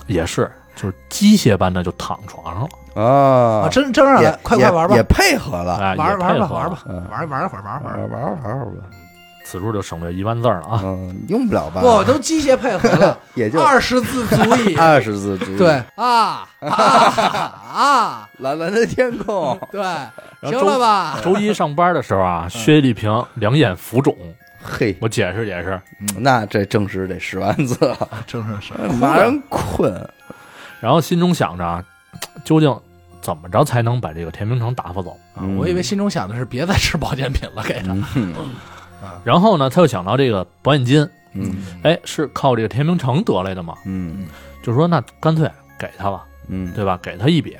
A: 也是就是机械般的就躺床上了，
C: 啊
B: 啊，真真让
C: 也
B: 人快快玩吧
C: 也也，配合了，
A: 哎，
B: 啊玩儿
A: 也
B: 玩儿
A: 配
B: 吧
A: 合
B: 玩儿吧
A: 了。
C: 嗯
B: 玩儿玩儿会儿玩儿会
C: 玩
B: 儿，
C: 玩玩玩吧。
A: 此处就省略一万字儿了啊。
C: 嗯，用不了吧？
B: 我都机械配合了，
C: 也就。
B: 二十字足矣
C: 二十字足。
B: 对，啊啊啊！
C: 蓝蓝的天
A: *laughs*
C: 空，
B: 对，
A: 后
B: 行
A: 周
B: 了吧？
A: 周一上班的时候
B: 嗯
A: 啊，薛丽萍两眼浮肿，
C: 嘿，
A: 我解释解释。
C: 嗯那这正式得十万字了，
B: 正是是，
C: 马上困。
A: 啊然后心中想着啊，究竟怎么着才能把这个田明成打发走？
C: 嗯
B: 我以为心中想的是别再吃保健品了，给他。嗯
A: 然后呢，他又想到这个保险金，
C: 嗯
A: 哎，是靠这个田明成得来的嘛？
C: 嗯
A: 就说那干脆给他吧，
C: 嗯，
A: 对吧？给他一笔，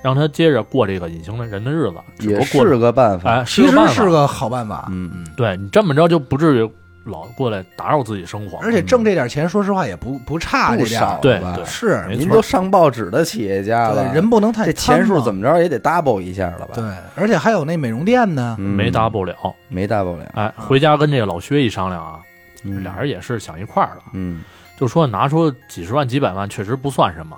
A: 让他接着过这个隐形的人的日子，只不
C: 也
A: 过过
C: 是个办法。
A: 哎，
B: 其
A: 个
B: 实
A: 办法
B: 是个好办法，
C: 嗯嗯，
A: 对你这么着就不至于老过来打扰自己生活，
B: 而且挣这点钱，说实话也不不差
C: 不
B: 这点
C: 少
B: 儿，
A: 对
C: 吧
A: 对
B: 是
A: 没
C: 您
A: 错
C: 都上报纸的企业家了，
B: 对人不能太
C: 这钱数怎
B: 么
C: 么着也得 double 一下了吧？
B: 对，而且还有那美容店呢，
C: 嗯，
A: 没 double 了。
C: 没 double 了，
A: 哎，回家跟这个老薛一商量啊，
C: 嗯
A: 俩人也是想一块儿了，
C: 嗯
A: 就说拿出几十万、几百万确实不算什么。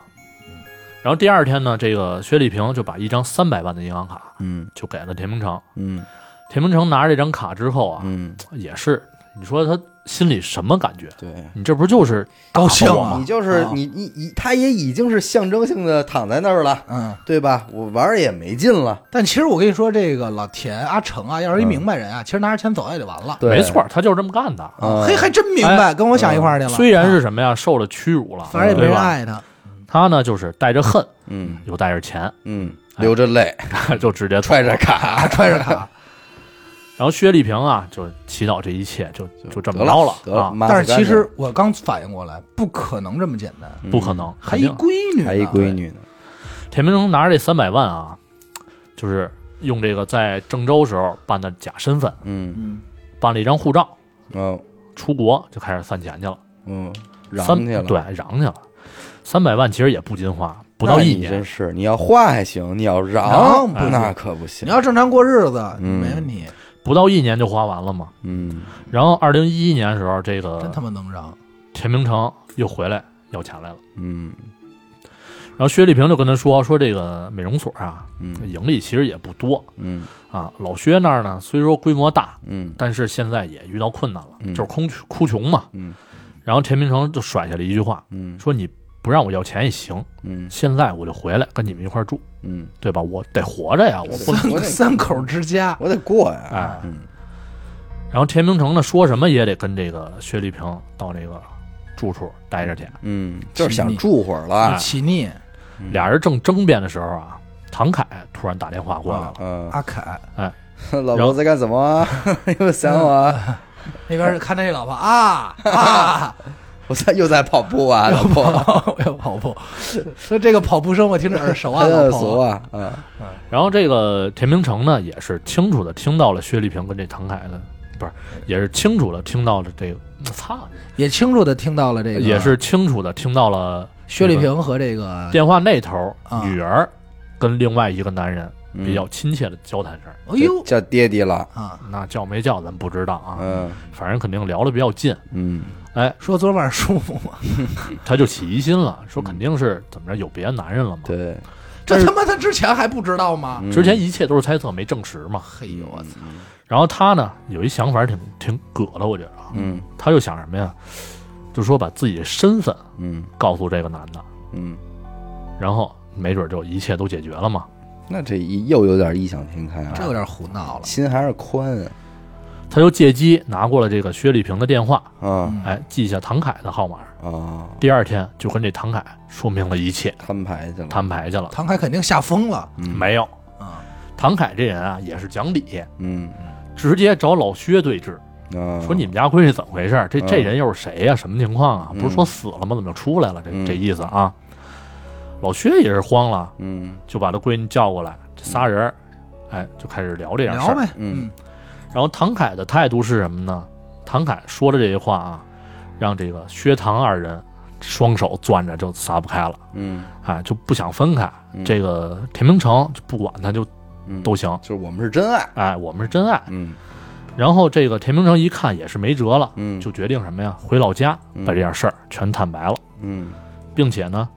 A: 然后第二天呢，这个薛丽萍就把一张三百万的银行卡
C: 嗯
A: 就给了田明成。
C: 嗯
A: 田明成拿着这张卡之后啊，
C: 嗯，
A: 也是你说他心里什么感觉？
C: 对。
A: 你这不就是
B: 高兴
A: 打我
B: 啊
A: 吗
C: 你就是
B: 啊
C: 你你你，他也已经是象征性的躺在那儿了，
B: 嗯。
C: 对吧？我玩儿也没劲了，
B: 但其实我跟你说，这个老田、阿成啊，要是一
C: 嗯
B: 明白人啊，其实拿着钱走也就完了。
C: 对，
A: 没错，，他就是这么干的。
C: 啊，
B: 嘿，还真明白，跟我想一块儿去了。
A: 虽然
B: 啊
A: 是什么呀，受了屈辱了，
B: 反正也没
A: 对
B: 人
A: 吧？
B: 爱他，
A: 他呢就是带着恨，
C: 嗯
A: 又带着钱， *laughs*
C: 嗯，流着泪，
A: 就直接走
C: 揣着
A: 了
C: 卡，
B: 啊，哎 *laughs* 揣着
C: *laughs*
B: 卡。
A: 然后薛丽萍啊，就祈祷这一切就就这么着
C: 得了嗯
A: 啊，，
C: 妈
B: 但
C: 死
B: 是
C: 干净
B: 其
C: 嗯
B: 实我刚反应过来，不可能这么简单，
A: 不可能，
B: 还
A: 肯
B: 一
A: 定。
B: 闺女呢，
C: 还一闺女呢，
A: 田明成拿着这三百万啊，就是用这个在郑州时候办的假身份，
C: 嗯
A: 办了一张护照，
C: 嗯
A: 出国就开始散钱去了，
C: 嗯，
A: 三
C: 嚷去了，
A: 对，嚷去了。三百万其实也不禁花，不到
C: 那
A: 一
C: 你
A: 年
C: 真，是，你要花还行，你要嚷
B: 嚷不行
C: 那可不行
B: 啊嗯你，要正常过日子，
C: 嗯
B: 没问题，
A: 不到一年就花完了嘛。
C: 嗯
A: 然后二零一一年的时候，这个
B: 真他妈能让。
A: 田明成又回来要钱来了，
C: 嗯
A: 然后薛丽萍就跟他说说这个美容所啊，
B: 哎
C: 嗯
A: 盈利其实也不多
C: 嗯
A: 啊。老薛那儿呢，虽说规模大，
C: 嗯
A: 但是现在也遇到困难了，
C: 嗯
A: 就是空哭穷嘛。
C: 嗯
A: 然后田明成就甩下了一句话，
C: 嗯
A: 说你不让我要钱也行，
C: 嗯
A: 现在我就回来跟你们一块儿住，
C: 嗯，
A: 对吧？我得活着呀，我不能。
C: *laughs*
B: 三
C: 我
B: 个
C: 得
B: 三口之家，
C: 我得过呀，
A: 哎，
C: 嗯
A: 然后田明成呢，说什么也得跟这个薛丽萍到这个住处待着去。
C: 嗯，就是
B: 亲
C: 想
B: 密
C: 住会儿了，
B: 起腻
C: 啊
A: 俩人正争辩的时候啊，唐凯突然打电话过来了，
C: 嗯，
B: 阿凯
C: *laughs* 老婆在干什么啊？ *laughs* 又想我啊？ *laughs*
B: 那边是看这老婆啊啊，
C: 我在又在跑步
B: *laughs*
C: 啊，老婆，
B: 我要跑步，说这个跑步声我听着耳
C: *laughs*
B: 熟啊，老
C: 热俗
B: 婆，
C: 啊！啊，
A: 然后这个田明成呢，也是清楚的听到了薛丽萍跟这唐凯的，不是，也是清楚的听到了这个，操，
B: 也清楚的听到了这个，
A: 也
C: 啊
A: 是清楚的听到了
B: 薛丽萍和这个
A: 电话那头
B: 啊
A: 女儿跟另外一个男人
C: 嗯
A: 比较亲切的交谈声儿，
B: 哎呦
C: 叫爹爹了，
B: 啊，
A: 那叫没叫咱不知道啊，
C: 嗯
A: 反正肯定聊的比较近。
C: 嗯
A: 哎，
B: 说昨晚舒服吗？
A: 他就起疑心了，说肯定是怎么着有别的男人了嘛。
C: 嗯对，嗯
A: 但
B: 这
A: 是
B: 他妈他之前还不知道吗？
A: 之前一切都是猜测，没证实嘛。
B: 嘿呦我操！
A: 然后他呢有一想法挺挺葛的，我觉得啊，
C: 嗯
A: 他就想什么呀？就说把自己的身份
C: 嗯
A: 告诉这个男的，
C: 嗯
A: 然后没准就一切都解决了嘛。
C: 那这一又有点异想天开啊，
B: 这有点胡闹了。
C: 心还是宽啊
A: 他就借机拿过了这个薛丽萍的电话，
C: 啊
A: 哎，记下唐凯的号码。
C: 啊，
A: 第二天就跟这唐凯说明了一切，
C: 摊牌去了，嗯
A: 摊牌去了。
B: 唐凯肯定吓疯了，
A: 没有，
B: 啊
A: 唐凯这人啊也是讲理，
C: 嗯
A: 直接找老薛对峙，
C: 啊，
A: 说你们家闺女怎么回事？这这
C: 嗯
A: 人又是谁呀、什么情况啊？
C: 嗯
A: 不是说死了吗？怎么又出来了？这
C: 嗯
A: 这意思啊？老薛也是慌了，
C: 嗯
A: 就把他闺女叫过来，这仨人儿，哎，就开始聊这样事
B: 聊
A: 儿。
B: 呗，
C: 嗯
B: 嗯，
A: 然后唐凯的态度是什么呢？唐凯说的这些话啊，让这个薛唐二人双手攥着就撒不开了，
C: 嗯
A: 哎，就不想分开。
C: 嗯
A: 这个田明成就不管他就
C: 嗯，
A: 都行，
C: 就是我们是真爱，
A: 哎，我们是真爱。
C: 嗯
A: 然后这个田明成一看也是没辙了，
C: 嗯，
A: 就决定什么呀？回老家
C: 嗯
A: 把这件事儿全坦白了，
C: 嗯
A: 并且呢，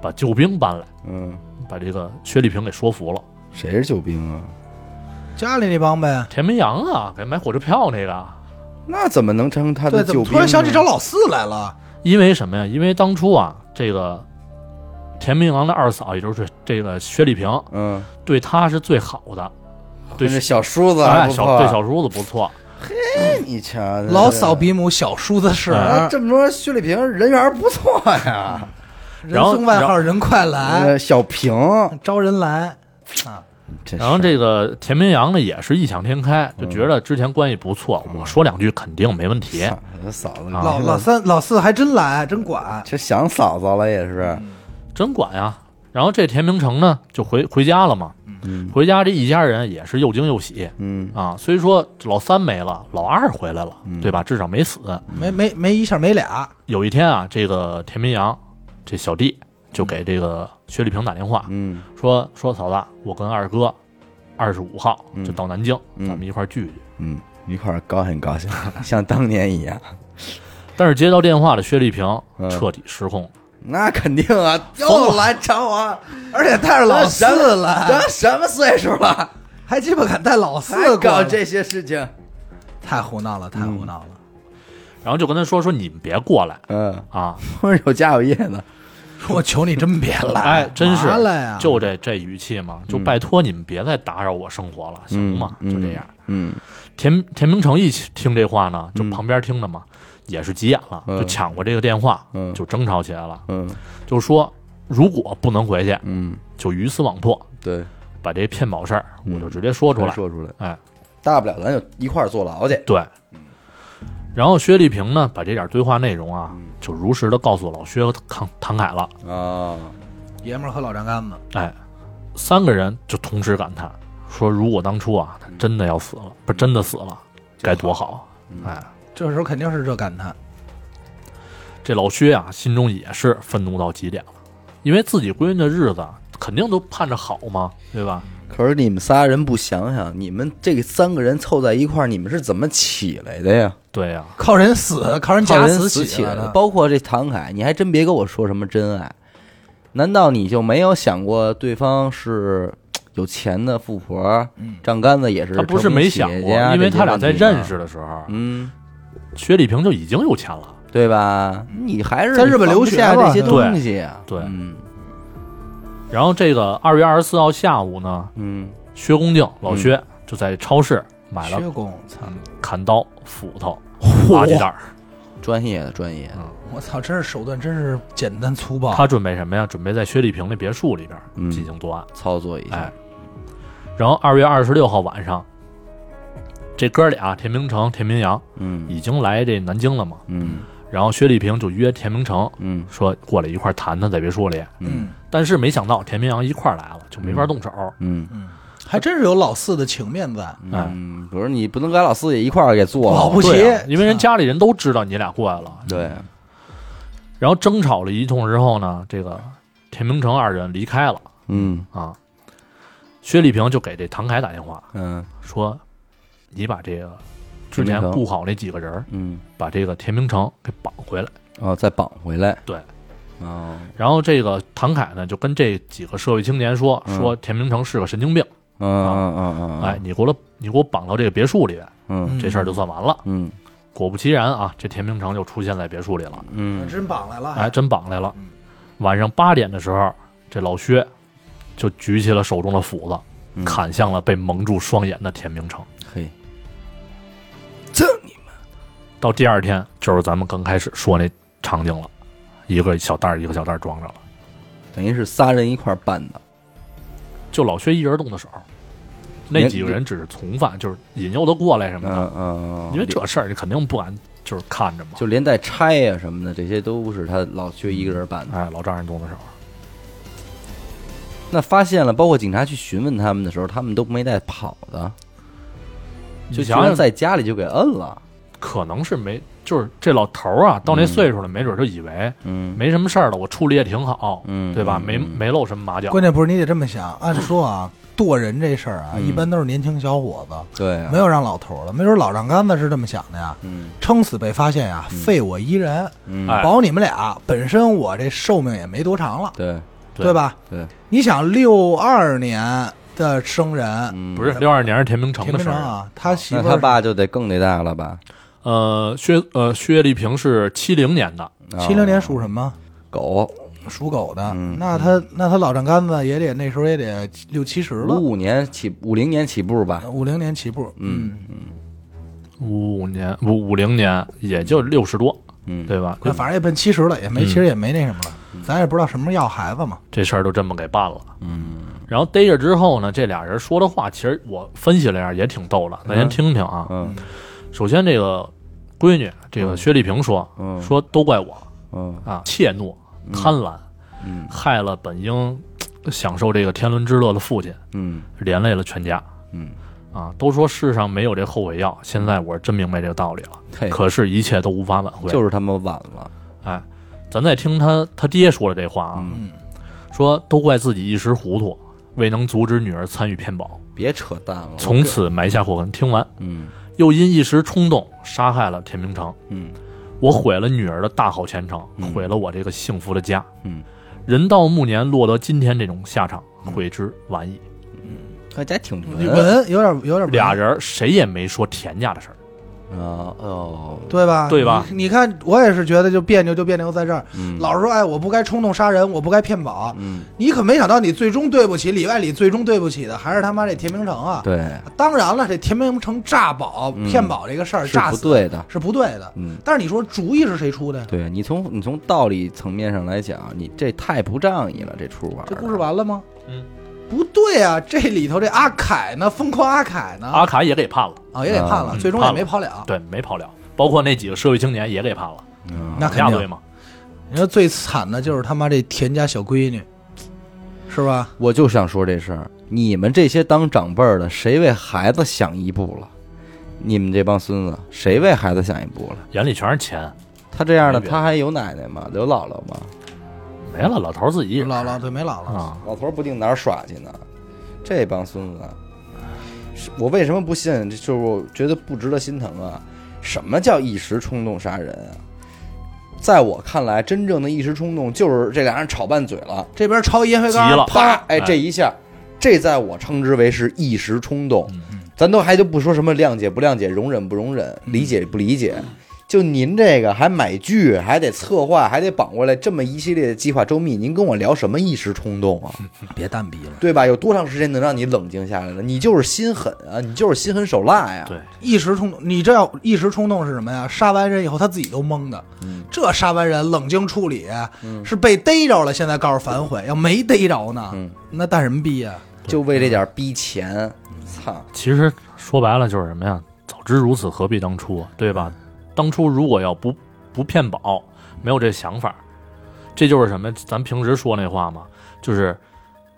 A: 把救兵搬来，
C: 嗯，
A: 把这个薛丽萍给说服了。
C: 谁是救兵啊？
B: 家里那帮呗。
A: 田明阳啊，给买火车票那个，啊
C: 那怎么能成他
B: 对，
C: 的
B: 怎
C: 救
B: 么
C: 兵呢？
B: 突然想起找老四来了？
A: 因为什么呀？因为当初啊，这个田明阳的二嫂，也就是这个薛丽萍，
C: 嗯，
A: 对他是最好的，对
C: 哦跟这小叔子还
A: 哎，
C: 不
A: 小
C: 错啊
A: 对小叔子不错，
C: 你瞧，
B: 老嫂比母，小叔子
A: 嗯
B: 是，
C: 啊，这么说薛丽萍人缘不错呀，
B: 人
A: 然后
B: 送外
A: 然
B: 号
A: 后
B: 人快来，
A: 啊
C: 呃，小平，
B: 招人来啊。
C: 真
A: 然后
C: 是
A: 这个田明阳呢也是异想天开，就觉得
C: 嗯
A: 之前关系不错，我说两句肯定没问题。
C: 操这嫂子，
A: 啊
B: 老老三、老四还真来，真管。
C: 这想嫂子了也是，
A: 嗯真管呀。然后这田明成呢，就回回家了嘛。
C: 嗯
A: 回家这一家人也是又惊又喜
C: 嗯
A: 啊。虽说老三没了，老二回来了
C: 嗯，
A: 对吧？至少没死。
B: 没没没一下没俩，
A: 有一天啊，这个田明阳这小弟就给这个薛丽萍打电话，
C: 嗯
A: 说说嫂子，我跟二哥二十五号
C: 嗯
A: 就到南京，
C: 嗯
A: 咱们一块儿聚聚。
C: 嗯，一块儿高兴高兴， *laughs* 像当年一样，
A: 但是接到电话的薛丽萍
C: 嗯
A: 彻底失控了，
C: 那肯定
A: *laughs*
C: 啊，
B: 疯
C: 又
B: 了
C: 来找我，
B: 而且带着老四来，
C: 咱什么岁数了，
B: 还鸡巴敢带老四
C: 还
B: 过
C: 搞
B: 来
C: 这些事情？
B: 太胡闹了，太胡闹了。
A: 然后就跟他说说你们别过来
C: 嗯，
A: 啊，
C: 我有家有业的，
B: 我求你真别来，
A: 哎，真是
B: 麻了呀！
A: 就这这语气嘛，就拜托你们别再打扰我生活了，行吗？
C: 嗯
A: 就这样。
C: 嗯
A: 田田明成一听这话呢，就旁边听着嘛，也是急眼了，
C: 嗯
A: 就抢过这个电话，
C: 嗯
A: 就争吵起来了，
C: 嗯
A: 就说如果不能回去，
C: 嗯，
A: 就鱼死网破，
C: 对，
A: 把这骗保事儿
C: 嗯
A: 我就直接说出来。
C: 说出来，
A: 哎，
C: 大不了咱就一块儿坐牢去，
A: 对。然后薛丽萍呢，把这点对话内容啊，
C: 嗯
A: 就如实的告诉老薛和唐唐凯了。
C: 啊，
B: 爷们儿和老丈杆子，
A: 哎，三个人就同时感叹说：“如果当初
C: 嗯
A: 啊，他真的要死了，不是真的死了，该多好！”
C: 嗯
A: 哎，
B: 这时候肯定是这感叹。
A: 这老薛啊，心中也是愤怒到极点了，因为自己闺女的日子啊肯定都盼着好嘛，对吧？
C: 可是你们仨人不想想，你们这三个人凑在一块儿，你们是怎么起来的呀？
A: 对呀、
B: 靠人死，靠人
C: 靠
B: 假
C: 人死
B: 死
C: 起来
B: 来
C: 的，包括这唐凯，你还真别跟我说什么真爱，难道你就没有想过对方是有钱的富婆，账杆子也是？
A: 嗯他不是没想过，因为他俩在
C: 啊
A: 认，识的时候，
C: 嗯，
A: 薛丽萍就已经有钱了。
C: 对吧？你还是
B: 在日本留学
C: 放不下这些
B: 吧
C: 东西啊，
A: 对对
C: 嗯
A: 然后这个二月二十四号下午呢，
C: 嗯
A: 薛公敬老薛就在超市买了
B: 薛公，操！
A: 砍刀、斧头、垃圾袋儿。
C: 专业的专业的，
A: 嗯
B: 我操，真是手段，真是简单粗暴。
A: 他准备什么呀？准备在薛丽萍那别墅里边
C: 啊嗯
A: 进行作案。
C: 操作一下
A: 哎，然后二月二十六号晚上，这哥俩田明成、田明阳
C: 嗯
A: 已经来这南京了嘛，
C: 嗯
A: 然后薛丽萍就约田明成
C: 嗯
A: 说过来一块儿谈谈，在别墅里。
B: 嗯，
A: 但是没想到田明阳一块儿来了，就没法动手。
C: 嗯
B: 还真是有老四的情面在，
A: 哎，
C: 嗯，不是你不能跟老四也一块儿给做
B: 保
C: 了，
B: 不齐
A: 对啊因为
C: 嗯
A: 人家里人都知道你俩过来了。
C: 对，
A: 然后争吵了一通之后呢，这个田明成二人离开了
C: 嗯
A: 啊。薛丽萍就给这唐凯打电话
C: 嗯
A: 说：“你把这个之前
C: 田明成
A: 雇好那几个人儿，
C: 嗯，
A: 把这个田明成给绑回来。”
C: 哦，再绑回来，
A: 对，
C: 哦，
A: 然后这个唐凯呢，就跟这几个社会青年说，
C: 嗯
A: 说田明成是个神经病，
C: 嗯嗯嗯嗯，
A: 哎，，你给我你给我绑到这个别墅里来，
C: 嗯
A: 这事儿就算完了。
C: 嗯
A: 果不其然啊，这田明成就出现在别墅里了，
C: 嗯
A: 哎
B: 真绑来了。
A: 哎，真绑来了。晚上八点的时候，这老薛就举起了手中的斧子，
C: 嗯
A: 砍向了被蒙住双眼的田明成。
C: 嘿，
D: 这你们
A: 到第二天，就是咱们刚开始说那场景了，一个小袋儿一个小袋儿装上了，
C: 等于是仨人一块儿办的，
A: 就老薛一人动的手，那
C: 也
A: 几个人只是从犯，就是引诱他过来什么的，
C: 嗯嗯，
A: 因为这事儿你肯定不敢就是看着嘛。
C: 就连带拆呀、什么的，这些都是他老薛一个人办的。
A: 哎，老丈人动的手，嗯
C: 那发现了，包括警察去询问他们的时候，他们都没带跑的，
A: 你
C: 就居
A: 想
C: 然
A: 想，
C: 在家里就给摁了。
A: 可能是没，就是这老头儿啊，到那
C: 嗯
A: 岁数了，没准就以为
C: 嗯，
A: 没什么事儿了，我处理也挺好，
C: 嗯
A: 对吧？
C: 嗯
A: 没
C: 嗯
A: 没露什么马脚，
B: 关键不是你得这么想，按说啊，剁人这事儿啊，
C: 嗯
B: 一般都是年轻小伙子，
C: 对啊
B: 没，有让老头儿的，没准老丈杆子是这么想的呀，
C: 嗯
B: 撑死被发现呀，废我一人，
C: 嗯，
A: 哎
B: 保你们俩。本身我这寿命也没多长了，
C: 对
A: 对
B: 对吧？
C: 对，
B: 你想六二年的生人，
C: 嗯
A: 不是六二年是田明成
B: 田
A: 的
B: 明
A: 事
B: 成
A: 儿，
B: 啊，他媳
C: 那
B: 妇
C: 他
B: 儿
C: 爸就得更得大了吧？
A: 呃，薛呃薛丽萍是七零年的，
B: 七零年属什么？
C: 狗，
B: 属狗的，
C: 哦嗯
B: 那他那他老丈杆子也得那时候也得六七十了，
C: 五五年起，五零年起步吧？
B: 五零年起步，嗯，
A: 五五年五五零年也就六十多，
C: 嗯，
A: 对吧？
B: 那反正也奔七十了，也没
A: 嗯
B: 其实也没那什么了，咱也不知道什么时候要孩子嘛，
A: 这事儿都这么给办了。嗯，然后逮着之后呢，这俩人说的话，其实我分析了一下，也挺逗的，咱先听听啊。
C: 嗯
A: 首先，这个闺女，这个薛丽萍说、
C: 嗯
A: 说都怪我
C: 嗯
A: 啊，怯懦、贪婪，
C: 嗯
A: 害了本应嘖享受这个天伦之乐的父亲，
C: 嗯
A: 连累了全家。
C: 嗯，
A: 啊，都说世上没有这后悔药，现在我是真明白这个道理了。
C: 嘿，
A: 可是，一切都无法挽回。
C: 哎就是他妈晚了。
A: 哎，咱再听他他爹说了这话啊，
C: 嗯
A: 说都怪自己一时糊涂，未能阻止女儿参与骗保，
C: 别扯淡了，
A: 从此埋下祸根。听完，
C: 嗯
A: 又因一时冲动杀害了田明成，
C: 嗯
A: 我毁了女儿的大好前程，毁了我这个幸福的家。
C: 嗯，
A: 人到暮年落得今天这种下场，
B: 嗯
A: 悔之晚矣。
C: 他家挺
B: 你
C: 文
B: 文有点有点文
A: 俩人谁也没说田家的事儿，
B: 呃
C: 啊哦，
B: 对吧？
A: 对吧
B: 你？你看我也是觉得就别扭就别扭在这儿，
C: 嗯
B: 老是说哎我不该冲动杀人，我不该骗保，
C: 嗯
B: 你可没想到你最终对不起里外里最终对不起的还是他妈这田明成啊。
C: 对，嗯
B: 当然了，这田明成诈保骗保这个事儿
C: 是
B: 诈
C: 不
B: 死
C: 对的。
B: 是不对的。
C: 嗯，
B: 但是你说主意是谁出的呀？
C: 对你从你从道理层面上来讲，你这太不仗义了，这出玩儿的
B: 这故事完了吗？
A: 嗯，
B: 不对啊，这里头这阿凯呢，疯狂阿凯呢，
A: 阿卡也给判了，
B: 啊也给判了，
A: 嗯
B: 最终也没跑了。
A: 对，没跑了。包括那几个社会青年也给判了，
C: 嗯
B: 那
A: 两大
B: 肯
A: 堆
B: 定，
A: 嘛。
B: 你说最惨的就是他妈这田家小闺女，是吧？
C: 我就想说这事儿，你们这些当长辈儿的，谁为孩子想一步了？你们这帮孙子，谁为孩子想一步了？
A: 眼里全是钱，
C: 他这样的，
A: 没别的
C: 他还有奶奶吗？有姥姥吗？
A: 没了，老头儿自己一人
B: 姥姥对没姥姥，
A: 啊，
C: 老头儿不定哪儿耍去呢。这帮孙子，是我为什么不信？这就是我觉得不值得心疼啊！什么叫一时冲动杀人啊？在我看来，真正的一时冲动就是这俩人吵拌嘴了，
B: 这边抄烟灰缸，
A: 急了
C: 啪！哎，
A: 哎
C: 这一下，这在我称之为是一时冲动。咱都还就不说什么谅解不谅解、容忍不容忍、理解不理解，就您这个还买剧，还得策划，还得绑过来这么一系列的计划周密，您跟我聊什么一时冲动啊？
B: 别蛋逼了。
C: 对吧？有多长时间能让你冷静下来呢？你就是心狠啊，你就是心狠手辣呀。
A: 对，
B: 一时冲动，你这要一时冲动是什么呀？杀完人以后他自己都懵的，这杀完人冷静处理、是被逮着了，现在告诉反悔，要没逮着呢，
C: 嗯
B: 那蛋什么逼呀、
C: 就为这点逼钱，
A: 嗯
C: 操！
A: 其实说白了就是什么呀？早知如此，何必当初啊，对吧？当初如果要不不骗保，没有这想法，这就是什么？咱平时说那话嘛，就是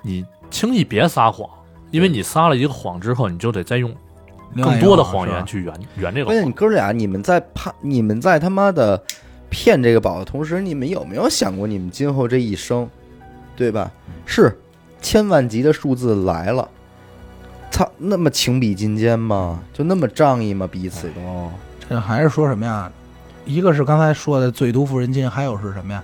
A: 你轻易别撒谎，因为你撒了一个谎之后，你就得再用更多的谎言去圆圆这个
C: 关键你
A: 谎。
C: 哥俩，你们在怕，你们在他妈的骗这个宝的同时，你们有没有想过你们今后这一生，对吧？
A: 嗯
C: 是千万级的数字来了，操，那么情比金坚吗？就那么仗义吗？彼此都
B: 这还是说什么呀？一个是刚才说的最毒妇人心，还有是什么呀？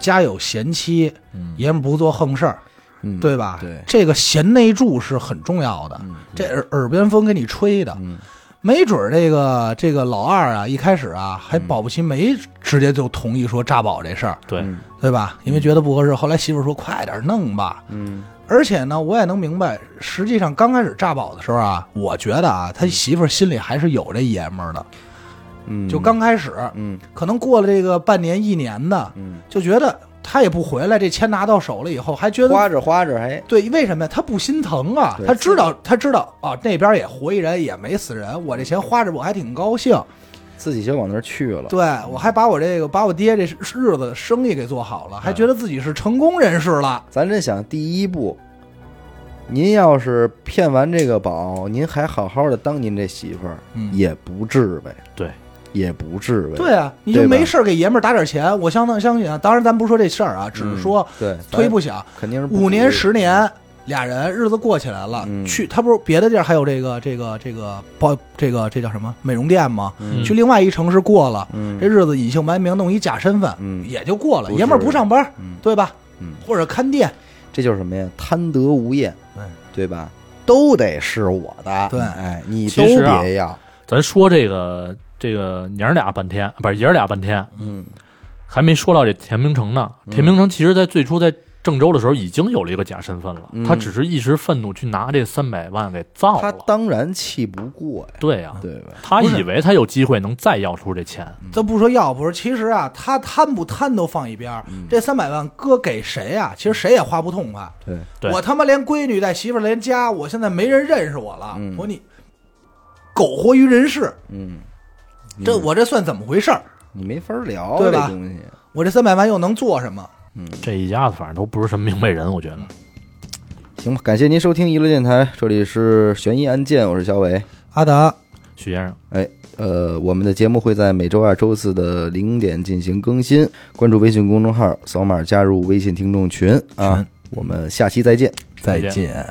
B: 家有贤妻，爷们不做横事儿，
C: 嗯，
B: 对吧？
C: 对
B: 这个贤内助是很重要的，
C: 嗯
B: 这耳耳边风给你吹的，
C: 嗯
B: 没准儿这个这个老二啊，一开始啊还
C: 嗯
B: 保不齐没直接就同意说诈保这事儿，
A: 对，
C: 嗯
B: 对吧？因为觉得不合适，后来媳妇儿说快点儿弄吧，
C: 嗯，
B: 而且呢，我也能明白，实际上刚开始炸宝的时候啊，我觉得啊，他媳妇儿心里还是有这爷们儿的。
C: 嗯，
B: 就刚开始，
C: 嗯
B: 可能过了这个半年一年的，
C: 嗯，
B: 就觉得他也不回来，这钱拿到手了以后，还觉得
C: 花着花着哎还
B: 对，为什么呀？他不心疼啊，
C: 对
B: 他知道他知道啊，那边也活一人，也没死人，我这钱花着我还挺高兴，
C: 自己就往那儿去了。
B: 对我还把我这个把我爹这日子生意给做好了，还觉得自己是成功人士了。
C: 咱真想第一步，您要是骗完这个宝，您还好好的当您这媳妇儿，
B: 嗯
C: 也不至呗，
A: 对，
C: 也不至呗。
B: 对啊，你
C: 对
B: 就
C: 吧
B: 没事儿给爷们儿打点钱，我相当相信啊。当然，咱不说这事儿啊，只是说
C: 对，
B: 推不响，
C: 嗯咱肯定是不嗯
B: 五年
C: 同意
B: 十年，俩人日子过起来了。
C: 嗯
B: 去他不是别的地儿还有这个这个这个包这个这叫什么美容店吗？
A: 嗯
B: 去另外一城市过了，
C: 嗯
B: 这日子隐姓埋名弄一假身份，
C: 嗯
B: 也就过了。
C: 不是
B: 爷们儿不上班，
C: 嗯
B: 对吧？
C: 嗯
B: 或者看店，
C: 这就是什么呀？贪得无厌，
B: 哎
C: 对吧？都得是我的，
B: 对
C: 哎，你
A: 其
C: 都
A: 实啊
C: 别要，
A: 咱说这个这个娘儿俩半天，不是爷儿俩半天，
C: 嗯，
A: 还没说到这田明成呢。田明成其实在最初在郑州的时候已经有了一个假身份了，
C: 嗯
A: 他只是一时愤怒去拿这三百万给造
C: 他
A: 了。
C: 当然气不过呀，
A: 对呀、
C: 对嗯吧？
A: 他
B: 不是
A: 以为他有机会能再要出这钱，
B: 咱不说要不是，其实啊，他贪不贪都放一边儿。
C: 嗯
B: 这三百万搁给谁啊？其实谁也花不痛快。
C: 对，
A: 对
B: 我他妈连闺女带媳妇儿连家，我现在没人认识我了。
C: 嗯
B: 我你苟活于人世，
C: 嗯，
B: 这我这算怎么回事儿？
C: 你没法聊
B: 对
C: 这
B: 吧
C: 东西，
B: 我这三百万又能做什么？
A: 这一家子反正都不是什么明白人，我觉得。
C: 嗯行吧？感谢您收听娱乐电台，这里是悬疑案件，我是小伟。
B: 阿达，
A: 许先生，
C: 哎，呃，我们的节目会在每周二、周四的零点进行更新，关注微信公众号，扫码加入微信听众群啊。我们下期再见。
A: 再见
B: 见